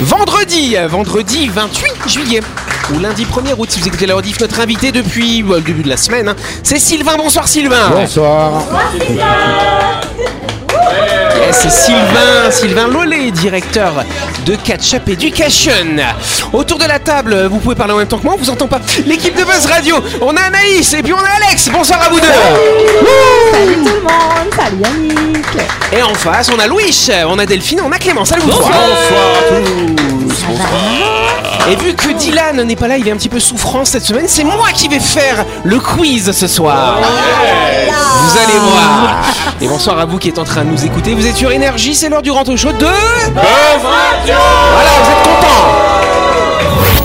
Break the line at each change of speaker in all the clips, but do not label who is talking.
Vendredi, vendredi 28 juillet ou lundi 1er août si vous écoutez la rediff, notre invité depuis bah, le début de la semaine, hein, c'est Sylvain. Bonsoir Sylvain.
Bonsoir.
Yes, c'est Sylvain, Sylvain Lollet, directeur de Catch Up Education. Autour de la table, vous pouvez parler en même temps que moi, on vous entend pas. L'équipe de Buzz Radio, on a Anaïs et puis on a Alex. Bonsoir à vous deux.
Salut tout le monde, salut Yannick.
Et en face, on a Louis, on a Delphine, on a Clément. Salut vous trois. Et vu que Dylan n'est pas là, il est un petit peu souffrant cette semaine, c'est moi qui vais faire le quiz ce soir.
Oh.
Vous allez
Ah.
voir. Et bonsoir à vous qui êtes en train de nous écouter. Vous êtes sur Énergie, c'est l'heure du rentre chaud de... Voilà, vous êtes contents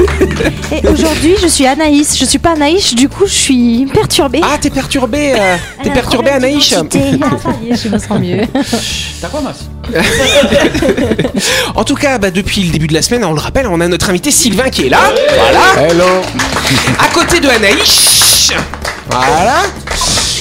Et aujourd'hui, je suis Anaïs. Je suis pas Anaïs, du coup, je suis perturbée.
Ah, t'es perturbé, euh, t'es perturbé Anaïs
Ah, Je me sens mieux.
En tout cas, bah, depuis le début de la semaine, on le rappelle, on a notre invité Sylvain qui est là. Voilà.
Hello.
À côté de Anaïs. Voilà.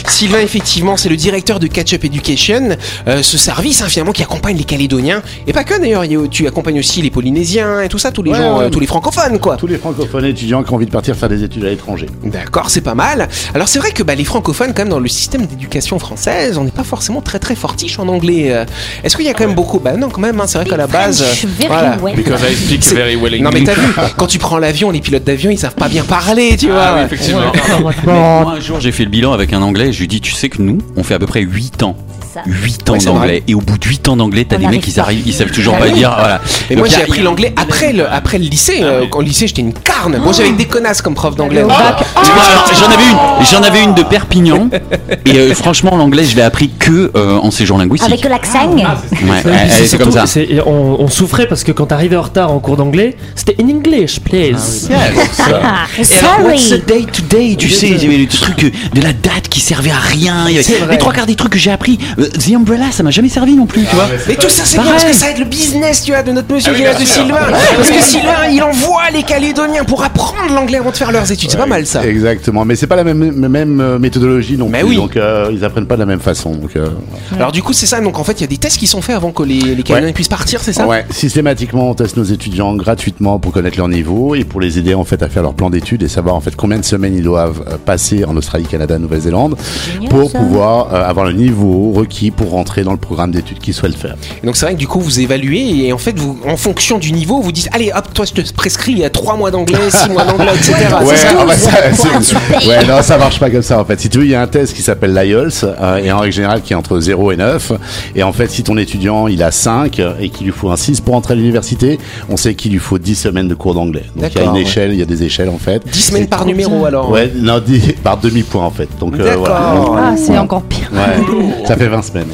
Sylvain, effectivement, c'est le directeur de Catch Up Education, euh, ce service hein, finalement qui accompagne les Calédoniens. Et pas que d'ailleurs, il y a- tu accompagnes aussi les Polynésiens et tout ça, tous les
Ouais,
gens, euh,
ouais.
tous les francophones quoi.
Tous les francophones étudiants qui ont envie de partir faire des études à l'étranger.
D'accord, c'est pas mal. Alors c'est vrai que bah, les francophones, quand même, dans le système d'éducation française, on n'est pas forcément très très fortiche en anglais. Euh, Est-ce qu'il y a quand même beaucoup Bah non, quand même, hein, c'est vrai qu'à la base.
Je suis
euh,
very
voilà.
well.
Because I speak
C'est-
very well
Non mais t'as
English.
vu, quand tu prends l'avion, les pilotes d'avion, ils savent pas bien parler, tu vois.
Ah oui, effectivement.
Moi, un jour, j'ai fait le bilan avec un Anglais et je lui ai dit Tu sais que nous, on fait à peu près 8 ans. 8 ans
Ouais, c'est vrai.
d'anglais. Et au bout de 8 ans d'anglais, t'as
On
des mecs,
arrive
ils
pas.
arrivent, ils savent toujours
Ah
pas
oui.
dire. Voilà.
Mais
Donc,
moi
il y a-
j'ai appris
il y a-
l'anglais après le, après le
Ah
lycée. euh, Au lycée j'étais une carne. Moi j'avais des connasses comme prof d'anglais.
Tu vois, alors, J'en avais une, j'en avais une de Perpignan et euh, franchement l'anglais je l'ai appris que euh, en séjour linguistique.
Avec l'accent.
Ah,
Ouais,
Et puis,
elle- elle était comme
surtout-
ça.
c'est- et on, on souffrait parce que quand t'arrivais en retard en cours d'anglais, c'était in English, please.
bah.
Et alors, what's the
Sorry.
day today,
Ah, Tu sais, il y avait le truc euh, de la date qui servait à rien. Il y avait-
C'est vrai.
Les trois quarts des trucs que j'ai appris, euh, The Umbrella, ça m'a jamais servi non plus, tu vois.
Mais tout ça, c'est bien
Pareil.
parce que ça aide le business, tu vois, de notre monsieur
Ah oui,
qui est là,
bien
de
sûr.
Sylvain. Parce que Sylvain, il envoie les Calédoniens pour apprendre l'anglais avant de faire leurs études. C'est pas mal ça.
Exactement, mais c'est pas la même, même euh, méthodologie non
Mais
plus,
oui.
donc euh, ils apprennent pas de la même façon. Donc, euh,
Alors, du coup, c'est ça. Donc, en fait, il y a des tests qui sont faits avant que les, les Calédoniens puissent partir, c'est ça
ouais. Systématiquement, on teste nos étudiants gratuitement pour connaître leur niveau et pour les aider en fait à faire leur plan d'études et savoir en fait combien de semaines ils doivent euh, passer en Australie, Canada, Nouvelle-Zélande pour pouvoir euh, avoir le niveau requis pour rentrer dans le programme d'études qu'ils souhaitent faire.
Et Donc, c'est vrai que du coup, vous évaluez et en fait, vous, en fonction du niveau, vous dites Allez, hop, toi, je te prescris à 3 mois d'anglais, 6 mois d'anglais, etc.
Ouais,
C'est ça
ah bah ça,
pour
c'est-
un super.
ouais, non, ça marche pas comme ça en fait. Si tu veux, il y a un test qui s'appelle l'IELTS euh, et en règle générale qui est entre 0 et 9. Et en fait, si ton étudiant il a 5 et qu'il lui faut un 6 pour entrer à l'université, on sait qu'il lui faut 10 semaines de cours d'anglais. Donc il y a
D'accord,
une
ouais.
échelle, il y a des échelles en fait.
10 semaines par numéro alors.
Ouais, non, dix- par demi-point en fait. Donc euh,
D'accord. Ah.
voilà.
Ah, c'est encore pire.
Ouais, ça fait 20 semaines.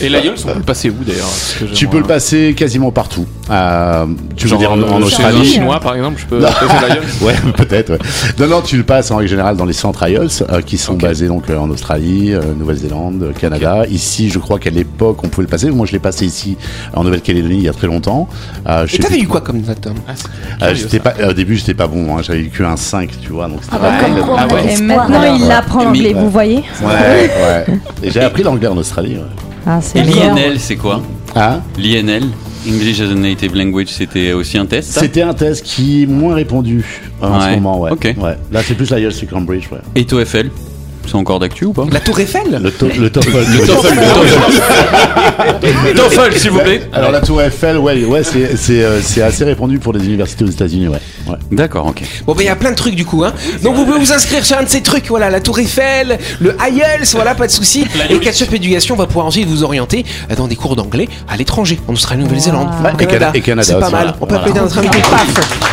Et la gueule, on peut le passer où d'ailleurs Parce que
tu
j'aimerais-
peux le passer quasiment partout. Euh, tu veux
Genre
dire en, en
euh, chez un
Australie
chinois par exemple, je peux
Non.
passer la gueule
Ouais, peut-être. ouais. Non, non, tu le passes en règle générale dans les centres IELTS euh, qui sont basés donc euh, en Australie, euh, Nouvelle-Zélande, euh, Canada. Ici, je crois qu'à l'époque, on pouvait le passer. Moi, je l'ai passé ici en Nouvelle-Calédonie il y a très longtemps. Euh, je
Et
sais
t'avais
plus-
eu quoi comme note Tom
Ah, c'est
euh,
curieux,
j'étais
ça.
pas, euh, Au début, j'étais pas bon. hein. J'avais eu qu'un 5, tu vois. Donc c'était
bah,
pas
comme
mal.
quoi, Ah ouais.
Et maintenant, il apprend l'anglais,
Mais-
vous voyez
Ouais, ouais. Et j'ai appris l'anglais en Australie. Ouais.
Ah, c'est
Et l'INL, c'est quoi
Hein
L'INL, English as a Native Language, c'était aussi un test ça
C'était un test qui est moins répandu euh, en
Ouais.
ce moment. Ouais.
Ok.
ouais. Là, c'est plus l'IELTS et Cambridge. Ouais.
Et TOEFL, c'est encore d'actu ou pas
La Tour Eiffel
Le, to- le TOEFL.
Le TOEFL,
TOEFL, s'il vous plaît.
Alors la tour Eiffel, ouais, ouais c'est, c'est, euh, c'est assez répandu pour les universités aux États-Unis, ouais. ouais.
D'accord, ok.
Bon, ben il y a plein de trucs du coup. Hein. Donc vous pouvez vous inscrire sur un de ces trucs. Voilà, la Tour Eiffel, le IELTS, voilà, pas de souci. Et Catch-up Education va pouvoir ensuite vous orienter euh, dans des cours d'anglais à l'étranger, en Australie, Nouvelle-Zélande,
Ouais,
au
et Cana- et Canada
C'est pas
aussi,
mal.
voilà.
On peut
Voilà.
appeler notre invité. Paf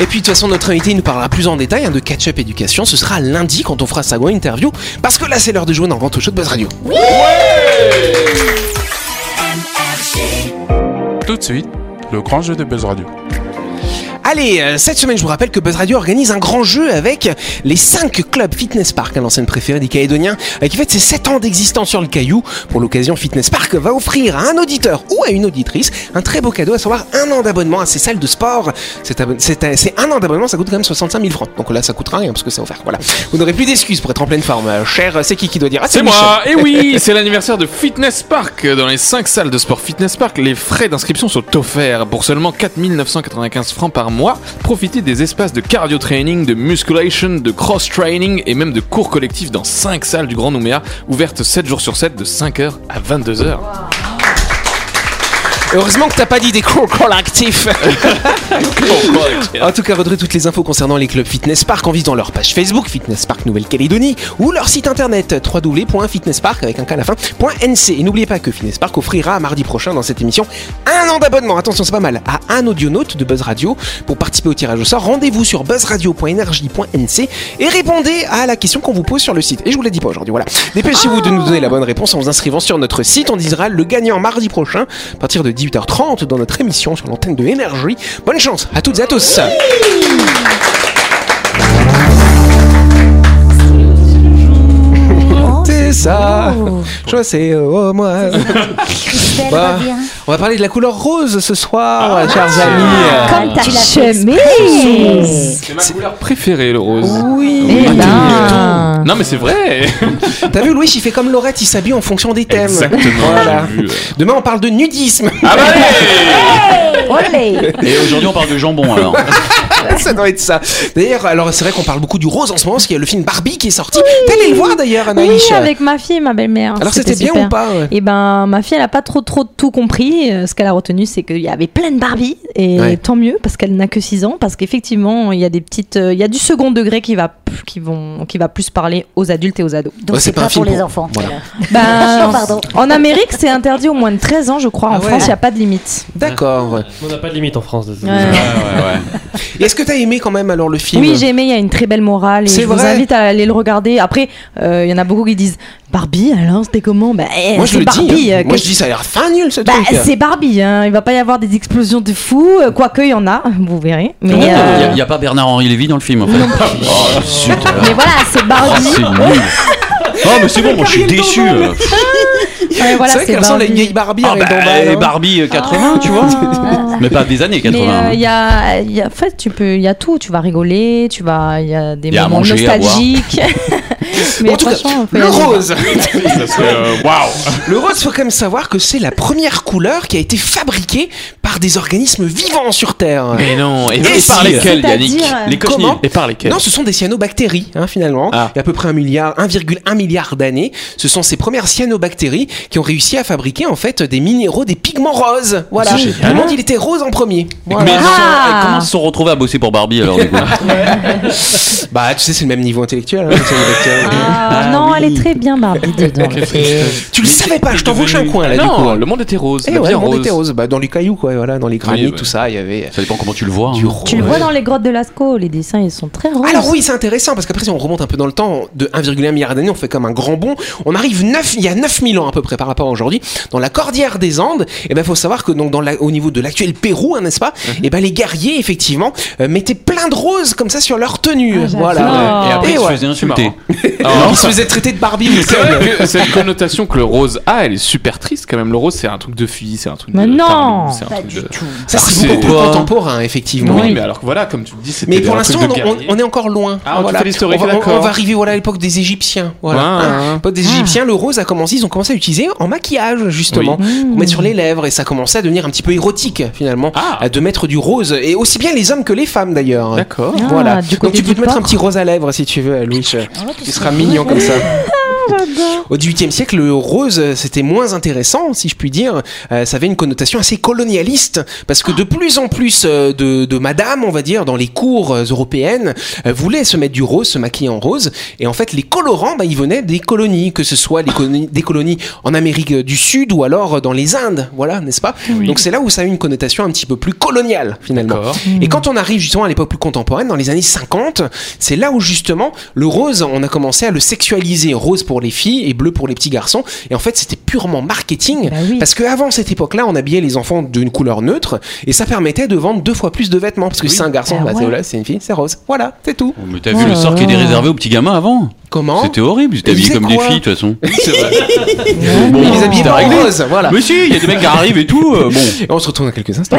et puis de toute façon, notre invité il nous parlera plus en détail hein, de Catch-up Education. Ce sera lundi quand on fera sa grande interview. Parce que là, c'est l'heure de jouer dans le Grand Talk Show de Buzz Radio.
Tout de suite,
le grand jeu de Buzz Radio.
Allez, euh, cette semaine, je vous rappelle que Buzz Radio organise un grand jeu avec les 5 clubs Fitness Park, hein, l'ancienne préférée des Calédoniens, euh, qui fête ses 7 ans d'existence sur le caillou. Pour l'occasion, Fitness Park va offrir à un auditeur ou à une auditrice un très beau cadeau, à savoir un an d'abonnement à ses salles de sport. Cet abon- C'est un- c'est un an d'abonnement, ça coûte quand même 65 000 francs. Donc là, ça coûtera rien parce que c'est offert. Voilà. Vous n'aurez plus d'excuses pour être en pleine forme. Euh, Cher, euh, c'est qui qui doit dire Ah,
C'est
Michel.
moi Et oui C'est l'anniversaire de Fitness Park Dans les 5 salles de sport Fitness Park, les frais d'inscription sont offerts pour seulement 4 995 francs par mois. Profitez des espaces de cardio training, de musculation, de cross training et même de cours collectifs dans 5 salles du Grand Nouméa, ouvertes 7 jours sur 7 de 5h à 22h.
Heureusement que t'as pas dit des cours collectifs. En tout cas, retrouvez toutes les infos concernant les clubs Fitness Park en visitant leur page Facebook Fitness Park Nouvelle-Calédonie ou leur site internet www.fitnesspark avec un K à la fin, .nc. Et n'oubliez pas que Fitness Park offrira à mardi prochain dans cette émission un an d'abonnement. Attention, c'est pas mal. À un audionaute de Buzz Radio. Pour participer au tirage au sort, rendez-vous sur buzzradio.energie.nc et répondez à la question qu'on vous pose sur le site. Et je vous l'ai dit pas aujourd'hui, voilà. Dépêchez-vous de nous donner la bonne réponse en vous inscrivant sur notre site. On dira le gagnant mardi prochain à partir de 18h30 dans notre émission sur l'antenne de Énergie. Bonne chance à toutes et à tous. Oh, C'est ça. Je sais, oh, moi.
Belle
Bah.
revient.
On va parler de la couleur rose ce soir, chers amis. Ah,
Comme ta
tu l'as
chemise.
C'est ma couleur préférée, le rose.
Oui.
Eh ben.
Non mais c'est vrai
T'as vu, Louis, il fait comme Laurette, il s'habille en fonction des thèmes.
Exactement,
Voilà.
j'ai vu. euh.
Demain, on parle de nudisme.
Ah bah allez
Olé.
Et aujourd'hui, on parle de jambon alors.
Ah, ça doit être ça. D'ailleurs, alors c'est vrai qu'on parle beaucoup du rose en ce moment, parce qu'il y a le film Barbie qui est sorti. T'es allé le voir d'ailleurs,
Oui,
Anaïs.
avec ma fille et ma belle-mère.
alors c'était bien
super.
ou pas ouais
Eh ben, ma fille, elle a pas trop trop tout compris. Euh, Ce qu'elle a retenu, c'est qu'il y avait plein de Barbie. Et
Ouais.
tant mieux, parce qu'elle n'a que 6 ans. Parce qu'effectivement, il y a des petites. euh, Il y a du second degré qui va, p- qui vont, qui va plus parler aux adultes et aux ados.
Donc
Ouais,
c'est pas, pour les enfants.
Voilà.
Ben,
Oh, pardon.
En Amérique, c'est interdit au moins de 13 ans, je crois. En
Ah ouais.
France, il n'y a pas de limite.
D'accord.
On n'a pas de limite en France. de toute
Ouais.
façon.
Et Est-ce que t'as aimé quand même alors le film
Oui, j'ai aimé, il y a une très belle morale et
C'est
je vous
vrai.
invite à aller le regarder. Après, euh, il y en a beaucoup qui disent Barbie, alors c'était comment Bah, eh,
Moi je
c'est
le
Barbie.
dis. hein.
euh,
Moi
qu'est-ce-
je dis ça a l'air fin nul ce
Bah,
euh,
truc.
c'est Barbie, hein. il va pas y avoir des explosions de fous, euh, quoique il y en a, vous verrez. Mais,
Il
euh,
n'y a, pas Bernard-Henri Lévy dans le film en fait. Oh, zut, alors.
mais voilà, c'est
Oh,
Barbie.
c'est nul. Oh, mais c'est bon, moi je suis déçu. euh.
Ouais, voilà,
c'est vrai
c'est
qu'elle ressemble à une
Barbie.
vieille Barbie
Ah,
avec
bah,
dans Ball, hein.
Barbie euh, 80, tu vois. Mais pas des années
Ah.
hein.
Mais
80.
euh, il y, a, il y a- en fait, tu peux, il y a tout. Tu vas rigoler, tu vas, il y a des
Il y a à
moments
manger, à boire.
nostalgiques. mais
En tout cas,
franchement, faut y
le
aller.
rose.
Ça serait, euh, Waouh
Le rose, faut quand même savoir que c'est la première couleur qui a été fabriquée par des organismes vivants sur Terre.
Mais non, et,
Et
et par
si.
lesquels
C'est-à-dire,
Yannick
euh,
Les cochenilles.
Comment
Et par lesquels
Non, ce sont des cyanobactéries, hein, finalement.
Ah.
Il y a à peu près un milliard, 1,1 milliard d'années, ce sont ces premières cyanobactéries qui ont réussi à fabriquer en fait des minéraux, des pigments roses. Voilà.
C'est génial.
Le monde, il était rose en premier. Voilà.
Mais ils sont-
Ah.
comment ils se sont retrouvés à bosser pour Barbie alors du coup
Bah, tu sais, c'est le même niveau intellectuel. hein, les cyanobactéries.
Ah, non, elle est très bien Barbie dedans.
Tu le savais pas, je t'envoie un coin là.
Ah non,
du coup.
le monde était rose.
Eh
la
ouais,
vie
le monde
rose.
était rose. Bah, dans les cailloux, quoi. Voilà, dans les granites,
ouais.
tout ça, il y avait.
Ça dépend comment tu le vois. hein.
Du rose.
Tu le vois dans les grottes de Lascaux, les dessins ils sont très roses.
Alors oui, c'est intéressant parce qu'après si on remonte un peu dans le temps de 1,1 milliard d'années, on fait comme un grand bond. On arrive 9 il y a 9000 ans à peu près par rapport à aujourd'hui dans la cordillère des Andes. Et ben faut savoir que donc dans la- au niveau de l'actuel Pérou, hein, n'est-ce pas
Mhm.
Et ben les guerriers effectivement euh, mettaient plein de roses comme ça sur leur
Ah,
tenue. voilà.
Ouais.
Et
Ah.
après,
Et
ils se
ouais.
faisaient insulter.
Ils se faisaient traiter de Barbie. mais
C'est vrai que cette connotation que le rose a, elle est super triste quand même. Le rose, c'est un truc de fille, c'est un truc
Mais
de.
non.
tarlou, C'est un
Pas
truc
du
de.
tout.
Ça
Ah,
c'est beaucoup
c'est-
plus
Quoi
contemporain effectivement.
Oui, mais alors que voilà, comme tu le dis, c'était.
Mais pour
un truc
l'instant,
de
on, on-
guerrier.
on est encore loin.
Ah, on
Voilà.
fait l'historique,
On va- on,
d'accord.
on va arriver voilà, à l'époque des Égyptiens. Voilà.
Ah,
Hein,
ah.
L'époque des Égyptiens, le rose a commencé, ils ont commencé à l'utiliser en maquillage, justement.
Mmh.
Pour
Hmm.
mettre sur les lèvres, et ça commençait à devenir un petit peu érotique, finalement.
Ah.
à De mettre du rose, et aussi bien les hommes que les femmes, d'ailleurs. Oh,
D'accord.
Ah,
Voilà.
du
Donc
côté
tu peux
du
te mettre un
porc. Ah,
petit rose à lèvres si tu veux, Louis.
tu
Tu seras mignon comme ça. Au XVIIIe siècle, le rose, euh, c'était moins intéressant, si je puis dire. Euh, ça avait une connotation assez colonialiste, parce que de plus en plus euh, de, de madame, on va dire, dans les cours euh, européennes, euh, voulaient se mettre du rose, se maquiller en rose. Et en fait, les colorants, bah, ils venaient des colonies, que ce soit les colonies- des colonies en Amérique du Sud ou alors euh, dans les Indes, voilà, n'est-ce pas Donc c'est là où ça a eu une connotation un petit peu plus coloniale, finalement.
D'accord.
Et quand on arrive justement à l'époque plus contemporaine, dans les années 50, c'est là où justement le rose, on a commencé à le sexualiser. Rose pour pour les filles et bleu pour les petits garçons. Et en fait, c'était purement marketing.
Bah oui.
Parce qu'avant cette époque-là, on habillait les enfants d'une couleur neutre et ça permettait de vendre deux fois plus de vêtements. Parce que c'est un garçon,
Ah
bah,
ouais.
c'est- voilà, c'est une fille, c'est rose. Voilà, c'est tout.
Oh, Mais
Oh
t'as vu le sort qui était réservé aux petits gamins avant
Comment
C'était horrible, ils étaient habillés
Ils
comme
faisaient
des
quoi
filles de toute façon.
Mmh.
Mais ils les
Bon,
habillaient
c'était
pas en
réglé.
rose, voilà.
Mais si, il y a des mecs qui arrivent et tout. euh, bon.
Et on se retrouve dans quelques instants.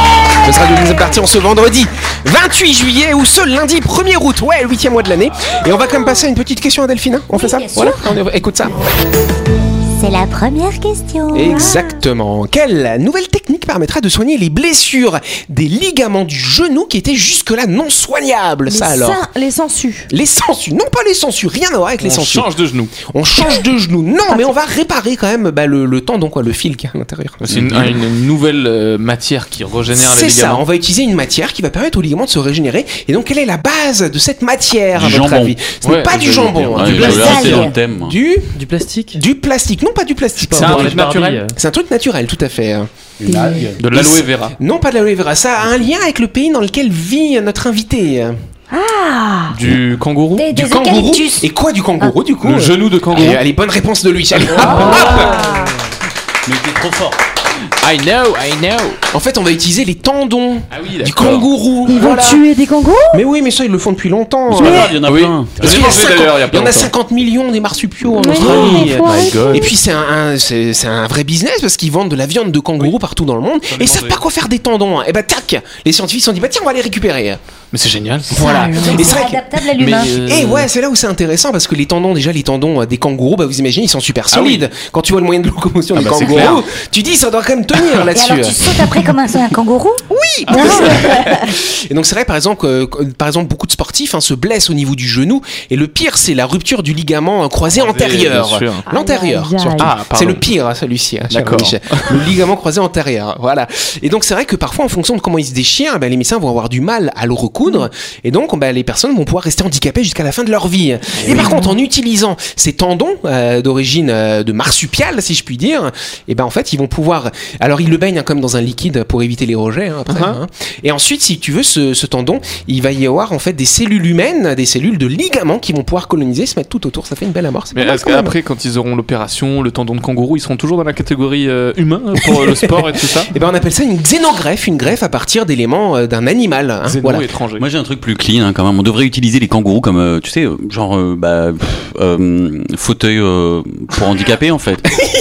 Ce sera de partie en ce vendredi 28 juillet ou ce lundi 1er août, ouais, le 8 mois de l'année. Et on va quand même passer à une petite question à Delphine. hein On fait ça
bien sûr.
Voilà, on est- écoute ça.
C'est la première question.
Exactement. Quelle nouvelle technique permettra de soigner les blessures des ligaments du genou qui étaient jusque-là non soignables Ça
les,
alors
seins- les sensus.
Les sangsues, non pas les sangsues, rien à voir avec les
On
sangsues.
change de genou.
On change de genou. Non, mais on va réparer quand même bah, le, le tendon, quoi, le fil qui est à l'intérieur.
C'est une, une nouvelle euh, matière qui régénère les
C'est ça, on
ligaments.
va utiliser une matière qui va permettre aux ligaments de se régénérer. Et donc, quelle est la base de cette matière, à
Du
votre
jambon.
avis Ce n'est
Ouais,
pas du
je voulais
jambon,
dire,
hein,
Ouais,
du,
je vais
plastique.
plastique.
rester dans le thème. moi.
Du,
Du plastique
du plastique. Non, pas du plastique.
C'est un
pardon.
truc naturel.
C'est un truc naturel, tout à fait.
Une algue.
De l'aloe vera.
Non, pas de l'aloe vera. Ça a un lien avec le pays dans lequel vit notre invité.
Du kangourou.
Des, des
du kangourou.
eucalyptus. Ah.
Et quoi du kangourou, du coup
Le
euh
genou de kangourou. Ah.
Allez, allez, bonne réponse de lui. Allez, hop, hop.
Mais t'es trop fort.
I know, I know.
En fait, on va utiliser les tendons
Ah oui,
du kangourou.
Ils vont
Voilà.
tuer des kangourous
Mais oui, mais ça, ils le font depuis longtemps.
C'est pas grave, Ah il y en a plein.
Parce
J'en ai
qu'il y a
mangé
50
d'ailleurs il y
il
a
y
pas
en a
longtemps.
50 millions des marsupiaux en
Mais non,
Australie.
mais faut arrêter.
Et puis c'est un, un- c'est c'est un vrai business parce qu'ils vendent de la viande de kangourou partout dans le monde et ils savent pas quoi faire des tendons. Et bah tac, les scientifiques se sont dit bah tiens on va les récupérer.
Mais c'est génial.
euh,
Voilà. Et c'est
C'est
vrai que-
adaptable à l'humain.
euh,
Et ouais, c'est là où c'est intéressant parce que les tendons, déjà les tendons euh, des kangourous, bah vous imaginez, ils sont super
Ah oui.
solides. Quand tu vois le moyen de locomotion des
bah, c'est
kangourous, tu dis ça doit quand même tenir
Et alors,
là-dessus.
tu sautes après comme un, un kangourou Ah Oui
Et donc c'est vrai par exemple que que- par exemple beaucoup de sportifs hein, se blessent au niveau du genou et le pire c'est la rupture du ligament euh, croisé
bien
antérieur.
sûr.
L'antérieur
Aïe, aïe, aïe.
surtout.
Ah, pardon.
c'est le pire hein, celui-ci. hein, cher
D'accord.
Michel. Le ligament croisé antérieur. Voilà. Et donc c'est vrai que parfois en fonction de comment il se déchire, eh ben, les médecins vont avoir du mal à le recoudre et donc ben, les personnes vont pouvoir rester handicapées jusqu'à la fin de leur vie.
Eh
Et par contre en utilisant ces tendons euh, d'origine euh, de marsupial si je puis dire, et ben en fait ils vont pouvoir. Alors ils le baignent hein, comme dans un liquide pour éviter les rejets. hein,
Uh-huh.
après, hein. Et ensuite, si tu veux, ce, ce tendon, il va y avoir en fait des cellules humaines, des cellules de ligaments qui vont pouvoir coloniser, se mettre tout autour. Ça fait une belle amorce. C'est
Mais
pas mal
est-ce
quand même.
qu'après, quand ils auront l'opération, le tendon de kangourou, ils seront toujours dans la catégorie euh, humain euh, pour euh, le sport et tout ça
Eh ben, on appelle ça une xénogreffe, une greffe à partir d'éléments euh, d'un animal. hein,
Zéno
voilà.
étranger.
Moi j'ai un truc plus clean hein, quand même. On devrait utiliser les kangourous comme, euh, tu sais, euh, genre euh, bah, pff, euh, fauteuil euh, pour handicapés en fait.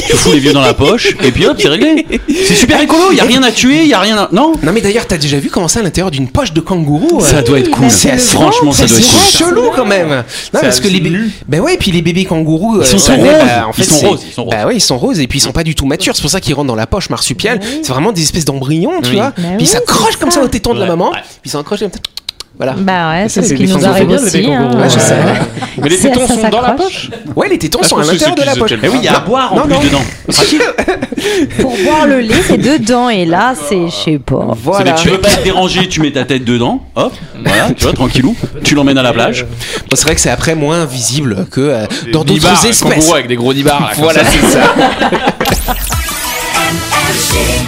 tu fous les vieux dans la poche et puis hop, c'est réglé. C'est
Bah,
super écolo, il y a rien à tuer, il y a rien à... Non
Non mais d'ailleurs, t'as déjà vu comment ça à l'intérieur d'une poche de kangourou euh,
Ça doit être cool.
c'est assez-
Franchement, ça doit
c'est
être cool.
chelou quand même. Non, parce que les bé- ben ouais, et puis les bébés kangourous,
Ils sont
ça
roses.
naît,
Ils
en fait,
sont
c'est-
roses, ils sont roses.
Bah ouais, ils sont roses et puis ils sont pas du tout matures. C'est pour ça qu'ils rentrent dans la poche marsupiale. C'est vraiment des espèces d'embryons, tu
Oui.
vois.
Bah
puis ils
oui,
s'accrochent
c'est
comme ça
ça.
au téton de la
Ouais.
maman.
Ouais.
Puis ils s'accrochent comme ça. Voilà.
Bah ouais,
Ça, c'est
c'est ce
les
qui nous
sangsues.
arrive
Bien, les
aussi.
kangourous,
hein.
Ouais, je sais.
Mais les
Ça-
tétons
ça
sont dans la
s'accroche.
poche
Ouais, les tétons
Ah, je
sont à
pense que
l'intérieur
ceux
de la
qui
poche.
se jettent
Eh oui, il y a à boire en
Non,
plus
non.
dedans.
Pour boire le lait, c'est dedans. Et là, c'est, je sais pas.
Voilà.
C'est- Tu veux pas être dérangé, tu mets ta tête dedans, hop, voilà, tu vois, tranquillou, tu l'emmènes à la plage.
Bon, c'est vrai que c'est après moins visible que euh, dans
Des nibards,
d'autres
les
espèces.
kangourous avec des gros nibards. là, comme
Voilà,
ça.
c'est ça.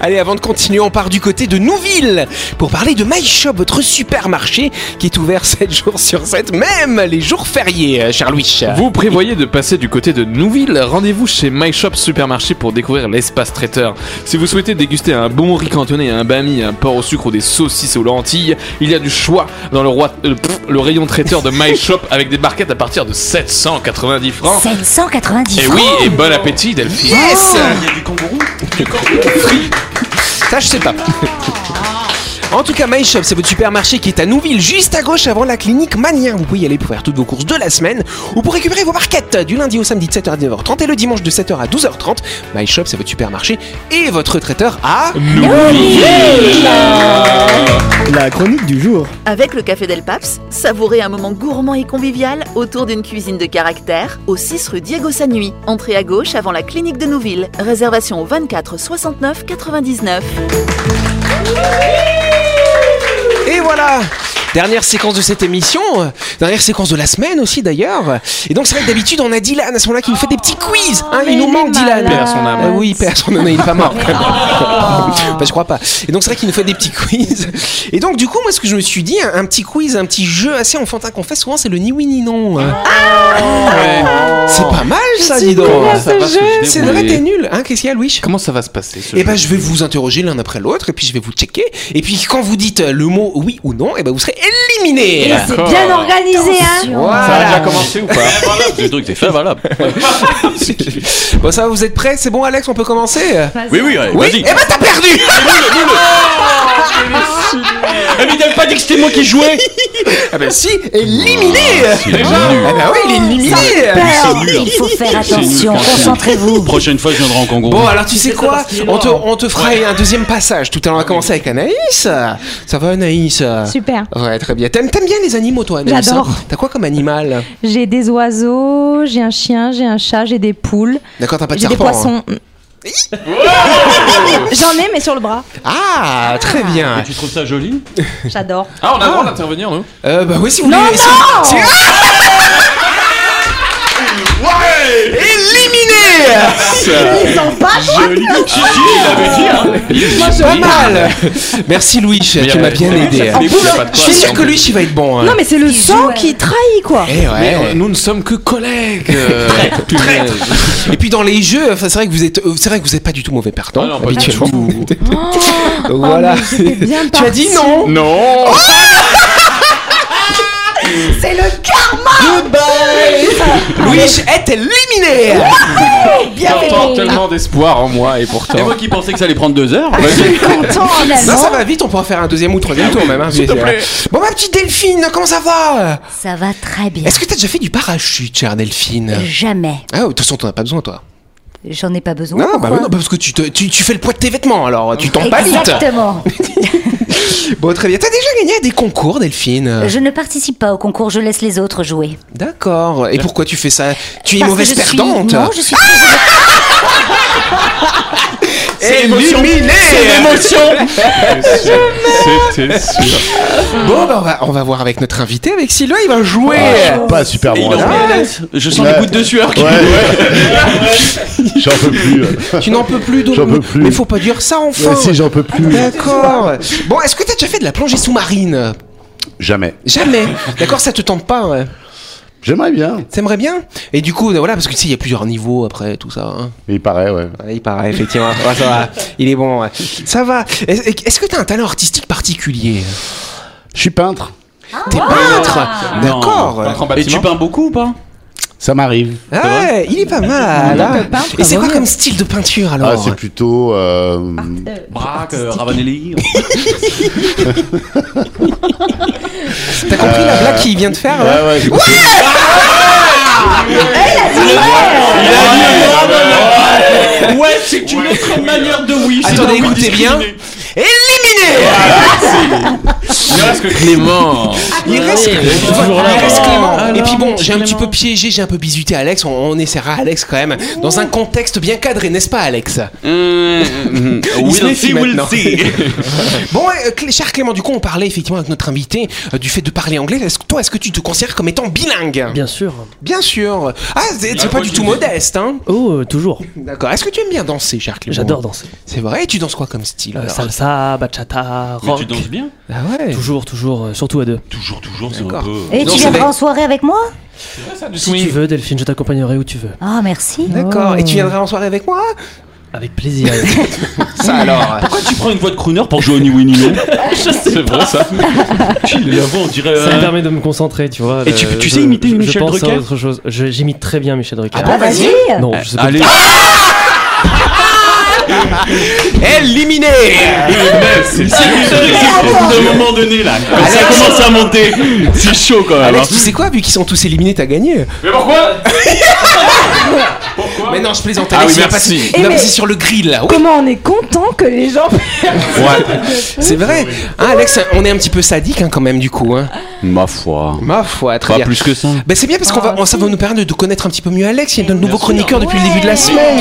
Allez, avant de continuer, on part du côté de Nouville pour parler de MyShop, votre supermarché qui est ouvert 7 jours sur 7, même les jours fériés, euh, cher Louis.
Vous prévoyez de passer du côté de Nouville Rendez-vous chez My Shop Supermarché pour découvrir l'espace traiteur. Si vous souhaitez déguster un bon riz cantonné, un bami, un porc au sucre ou des saucisses aux lentilles, il y a du choix dans le, roi- euh, pff, le rayon traiteur de My Shop avec des barquettes à partir de 790 francs.
790
Et oui, et bon appétit Delphine Oh.
Yes
Il y a du kangourou
Ça, je sais pas. En tout cas, My Shop, c'est votre supermarché qui est à Nouville, juste à gauche avant la clinique Manien. Vous pouvez y aller pour faire toutes vos courses de la semaine ou pour récupérer vos marquettes du lundi au samedi de 7h à 19h30 et le dimanche de 7h à 12h30. My Shop, c'est votre supermarché et votre traiteur à
La chronique du jour.
Avec le Café Del Paps, savourez un moment gourmand et convivial autour d'une cuisine de caractère au 6 rue Diego Sanui. Entrée à gauche avant la clinique de Nouville. Réservation au 24 69 99.
Et voilà Dernière séquence de cette émission, euh, dernière séquence de la semaine aussi d'ailleurs. Et donc c'est vrai que d'habitude on a Dylan à ce moment-là qui nous fait des petits quiz. hein, il nous manque Dylan.
Père son âme.
Euh, oui, personne il est pas mort. quand même. Enfin, je crois pas. Et donc c'est vrai qu'il nous fait des petits quiz. Et donc du coup moi ce que je me suis dit, un, un petit quiz, un petit jeu assez enfantin qu'on fait souvent, c'est le ni oui ni non. hein.
Ouais.
C'est pas mal ça, dis donc.
Comment ça va se dérouler
C'est vrai, t'es nul. Hein, qu'est-ce qu'il y a, Louis
Comment ça va se passer ce
Eh
jeu
ben, je vais vous interroger l'un après l'autre, et puis je vais vous checker. Et puis, quand vous dites euh, le mot oui ou non, eh ben, vous serez éliminé.
c'est
C'est bien organisé, hein
Ça a déjà commencé ou pas
Le truc, c'est fait, valable.
bon, ça va, vous êtes prêts C'est bon, Alex, on peut commencer
Oui, oui, allez,
Oui.
vas-y.
Eh ben, t'as perdu.
Ah, mais t'avais pas dit que c'était moi qui jouais
ah ben, si, éliminé.
Il est nul.
Ah ben oui, il est éliminé.
Peur,
nul.
il faut faire
C'est nul,
attention,
putain.
concentrez-vous.
Prochaine fois, je viendrai en kangourou.
Bon, alors tu sais quoi on te, on te fera un deuxième passage. Tout à l'heure, on va commencer avec Anaïs. Ça va, Anaïs
Super.
Ouais, très bien. T'aimes t'aimes bien les animaux, toi, Anaïs
J'adore.
hein T'as quoi comme animal
J'ai des oiseaux, j'ai un chien, j'ai un chat, j'ai des poules,
D'accord, t'as pas de
j'ai des
serpent. hein.
poissons. J'en ai, mais sur le bras.
Ah, très bien.
Et tu trouves ça joli
J'adore.
Ah, on a le droit d'intervenir, nous
Ah.
Euh, bah oui, si vous voulez. si- si- Éliminé
Ils ont pas
Joli Chichi, il avait dit, hein
Pas mal Merci Louis, tu m'as bien aidé.
euh, Mais il y a pas
Je
de quoi,
suis sûr
c'est
que
en-
Louis, il va être bon. hein.
Non, mais c'est le
Ils
sang
jouent,
qui
ouais.
trahit, quoi.
Eh
Mais
ouais.
euh, nous ne sommes que collègues. euh, punaise.
Et puis dans les jeux, enfin, c'est vrai que vous êtes, euh, c'est vrai que vous êtes pas du tout mauvais partant
Ah non, pas du
habituellement.
Oh,
voilà.
mais j'étais bien
tu as
partie.
dit non.
Non
C'est le karma
Louis est éliminé.
Bien fait
J'entends
pour-
tellement d'espoir en moi et pourtant.
Et moi qui pensais que ça allait prendre deux heures
Content,
Non,
finalement.
ça va vite. On pourra faire un deuxième ou troisième tour même. hein,
te
Louis.
plaît.
Bon, ma petite Delphine, comment ça va
Ça va très bien. Euh.
Est-ce que t'as déjà fait du parachute, chère Delphine
Jamais.
Ah, de toute façon, t'en as pas besoin, toi.
J'en ai pas besoin.
Non, bah,
pourquoi
non, parce que tu, te- tu, tu fais le poids de tes vêtements, alors tu t'empalites.
Exactement.
Bon, très bien. T'as déjà gagné à des concours, Delphine
Euh, Je ne participe pas au concours, je laisse les autres jouer.
D'accord.
Bah.
Et pourquoi tu fais ça Tu es
Parce que
mauvaise
je suis-
perdante. Ah
Non, je suis.
Eh, Éliminé
C'était sûr.
Bon, bah, on va, on va voir avec notre invité, avec Sylvain, il va jouer. Ah,
Ah, je suis pas super
Et
bon.
il en
là.
PLS. Je sens
Ouais.
des gouttes de sueur qui
Ouais, ouais. J'en peux plus.
tu n'en peux plus, donc.
J'en peux plus.
Mais faut pas dire ça, enfin.
Ouais, si j'en peux plus.
Ah, bah. D'accord. Bon, est-ce que t'as déjà fait de la plongée sous-marine
Jamais.
Jamais. D'accord, ça te tente pas. ouais.
J'aimerais bien.
T'aimerais bien Et du coup, voilà, parce que tu sais, il y a plusieurs niveaux après tout ça. hein.
Mais il paraît, ouais.
Ouais, il paraît, effectivement. Ouais, ça va. Il est bon. ouais. Ça va. Est- Est-ce que t'as un talent artistique particulier
Je suis peintre.
T'es peintre
Ah, Non.
D'accord.
Peintre en
Et tu
bâtiment.
peins beaucoup ou pas
Ça m'arrive.
Ah ouais, il est pas mal. hein. Et c'est quoi comme style de peinture alors
Ah, c'est plutôt. euh,
Braque, euh, Ravanelli.
T'as compris
Euh,
la blague qu'il vient de faire là
Ouais, ouais, j'ai compris.
Ah, Ouais, c'est une autre manière de oui. c'est
Attendez,
un oui
écoutez bien.
discriminé.
Éliminé
Il reste que Clément.
Il reste,
est toujours
Voilà,
là.
il reste Clément.
Alors,
Et puis bon, j'ai un
Clément.
petit peu piégé, j'ai un peu bizuté Alex. On, on essaiera Alex quand même. Dans un contexte bien cadré, n'est-ce pas Alex
Mm, Mmh, mmh, We'll
see
see, we'll
maintenant.
see.
Bon, euh, Clé- cher Clément, du coup, on parlait effectivement avec notre invité euh, du fait de parler anglais. Est-ce que toi, est-ce que tu te considères comme étant bilingue
euh, Bien sûr.
Bien sûr. Ah, c'est c'est
La
pas
fois
du
qu'il
tout
dit.
modeste, hein
Oh, euh, toujours.
D'accord. Est-ce que tu aimes bien danser, cher Clément
J'adore danser.
C'est vrai. Et tu danses quoi comme style
Euh,
alors
salsa, bachata,
Mais
rock.
tu danses bien
Ah ouais.
Toujours, toujours, euh, surtout à deux.
Toujours, toujours, c'est un
D'accord.
peu. euh,
Et
Non,
tu
c'est vrai.
viendras en soirée avec moi
Ah,
Si tu veux, Delphine, je t'accompagnerai où tu veux.
Oh, merci.
D'accord.
Oh.
Et tu viendras en soirée avec moi
Avec plaisir.
Ça alors.
Pourquoi tu prends une voix de crooner pour jouer au Ni Oui Ni Non C'est vrai ça Il la voix, on dirait.
Ça me
euh,
permet de me concentrer, tu vois.
Et
le-
tu- tu
je-
sais imiter
je-
Michel
je pense
Drucker Ah bah,
à autre chose.
eh,
Je- J'imite très bien Michel Drucker.
Ah bon, vas-y.
Non, je sais pas.
Allez
Éliminé
Ah, Eh, C'est un moment donné là. Quand ça
Alex.
commence à monter, c'est chaud quand même.
Alex,
hein.
tu sais quoi, vu qu'ils sont tous éliminés, t'as gagné.
Mais pourquoi
Mais non, je plaisante.
Ah
Alex, il
oui,
a
merci.
passé-
Eh
Il a
mais-
passé sur le grill
Oh.
là. Oui.
Comment on est content que les gens.
C'est vrai. Hein, Alex, on est un petit peu sadique hein, quand même du coup. hein.
Ma foi.
Ma foi, très
Pas
bien.
plus que ça.
Bah, c'est bien parce qu'on va, ça va nous permettre de connaître un petit peu mieux Alex. Il est notre nouveau chroniqueur depuis le début de la semaine.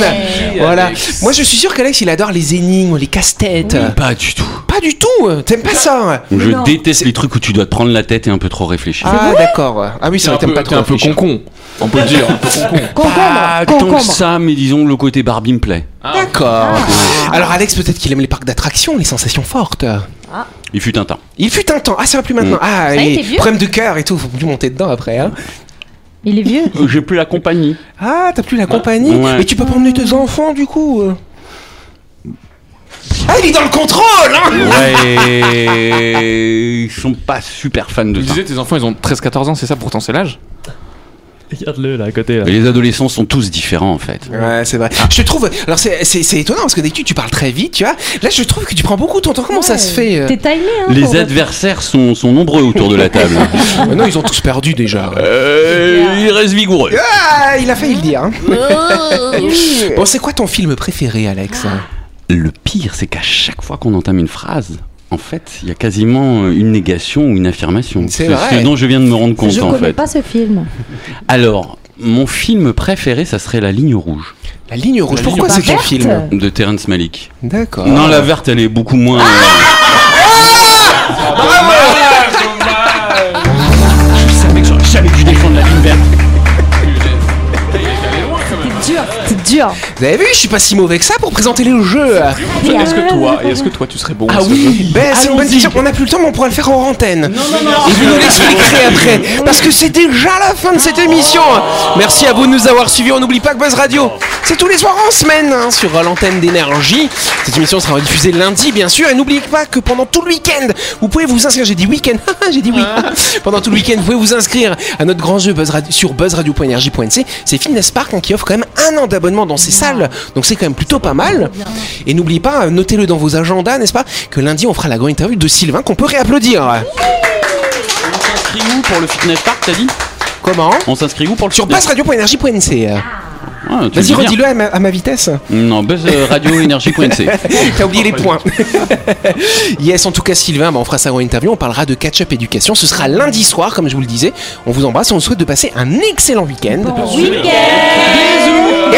voilà. Moi, je suis sûr qu'Alex, il adore les énigmes, les casse-têtes.
Euh, Pas du tout.
Pas du tout. T'aimes pas ça hein.
Je déteste les trucs où tu dois te prendre la tête et un peu trop réfléchir.
Ah d'accord. Ah oui, c'est vrai,
T'es un
t'aimes
peu-
pas trop.
t'es un peu
réfléchir.
con-con, on peut le dire.
Ah,
Pas tant que ça, mais disons le côté Barbie me plaît.
D'accord. Alors Alex, peut-être qu'il aime les parcs d'attractions, les sensations fortes.
Il fut un temps.
Il fut un temps. Ah, ça va plus maintenant.
Mm.
Ah,
Ça y est,
les
t'es vieux.
problèmes de cœur et tout. Faut plus monter dedans après. Hein.
Il est vieux.
Euh, J'ai plus la compagnie.
Ah, t'as plus la compagnie.
Ouais.
Mais tu peux pas emmener tes enfants du coup. euh. Ah, il est dans le contrôle. hein
Ouais, ils sont pas super fans de
Tu
ça.
disais, tes enfants, ils ont 13-14 ans, c'est ça Pourtant, c'est l'âge
Regarde-le là à côté. Là.
Mais les adolescents sont tous différents en fait.
Ouais, c'est vrai. Je te trouve. Alors, c'est- c'est c'est étonnant parce que d'habitude, tu parles très vite, tu vois. Là, je trouve que tu prends beaucoup ton temps. Comment ça se fait euh
T'es timé, hein
Les
pour-
adversaires sont, sont nombreux autour de la table.
Mais Ah, Non, ils ont tous perdu déjà.
Euh, ils restent vigoureux.
Ah, il a failli le dire. hein. bon, c'est quoi ton film préféré, Alex
Le pire, c'est qu'à chaque fois qu'on entame une phrase, en fait, il y a quasiment une négation ou une affirmation.
C'est
ce
vrai.
dont je viens de me rendre compte
Je
en
connais
fait.
pas ce film.
Alors, mon film préféré, ça serait La Ligne Rouge
La ligne rouge.
La
Pourquoi
ligne
c'est ton
verte
film Ah.
de Terrence Malick.
D'accord.
Non, la verte, elle est beaucoup moins.
Ah.
euh, Je savais que j'aurais jamais dû défendre la ligne verte.
C'est dur, c'est dur.
Vous avez vu, je suis pas si mauvais que ça pour présenter les jeux.
Est-ce que toi, et est-ce que toi, tu serais bon à
Ah
ce jeu
oui, ben, c'est une bonne question. On n'a plus le temps, mais on pourra le faire en antenne. Et vous nous l'expliquerez après. Parce que c'est déjà la fin de cette émission. Merci à vous de nous avoir suivis. On n'oublie pas que Buzz Radio, c'est tous les soirs en semaine hein, sur euh, l'antenne d'énergie. Cette émission sera rediffusée lundi, bien sûr. Et n'oubliez pas que pendant tout le week-end, vous pouvez vous inscrire. J'ai dit week-end. Ah, J'ai dit oui. pendant tout le week-end, vous pouvez vous inscrire à notre grand jeu Buzz Radio- sur buzzradio.energie.nc. C'est Fitness Park hein, qui offre quand même un an d'abonnement dans ces salles. Donc c'est quand même plutôt pas mal. Et n'oubliez pas, euh, notez-le dans vos agendas, n'est-ce pas, que lundi on fera la grande interview de Sylvain qu'on peut réapplaudir.
On s'inscrit où pour le fitness park, t'as dit
Comment
On s'inscrit où pour le
Sur
fitness
bassradio.energie.nc.
Ah, tu
Vas-y,
le dis bien.
redis-le à ma, à ma vitesse.
Non, euh, buzzradioénergie.nc.
T'as oublié les points. yes, en tout cas, Sylvain, bah, on fera sa grande interview. On parlera de catch-up éducation. Ce sera lundi soir, comme je vous le disais. On vous embrasse et on vous souhaite de passer un excellent week-end. Et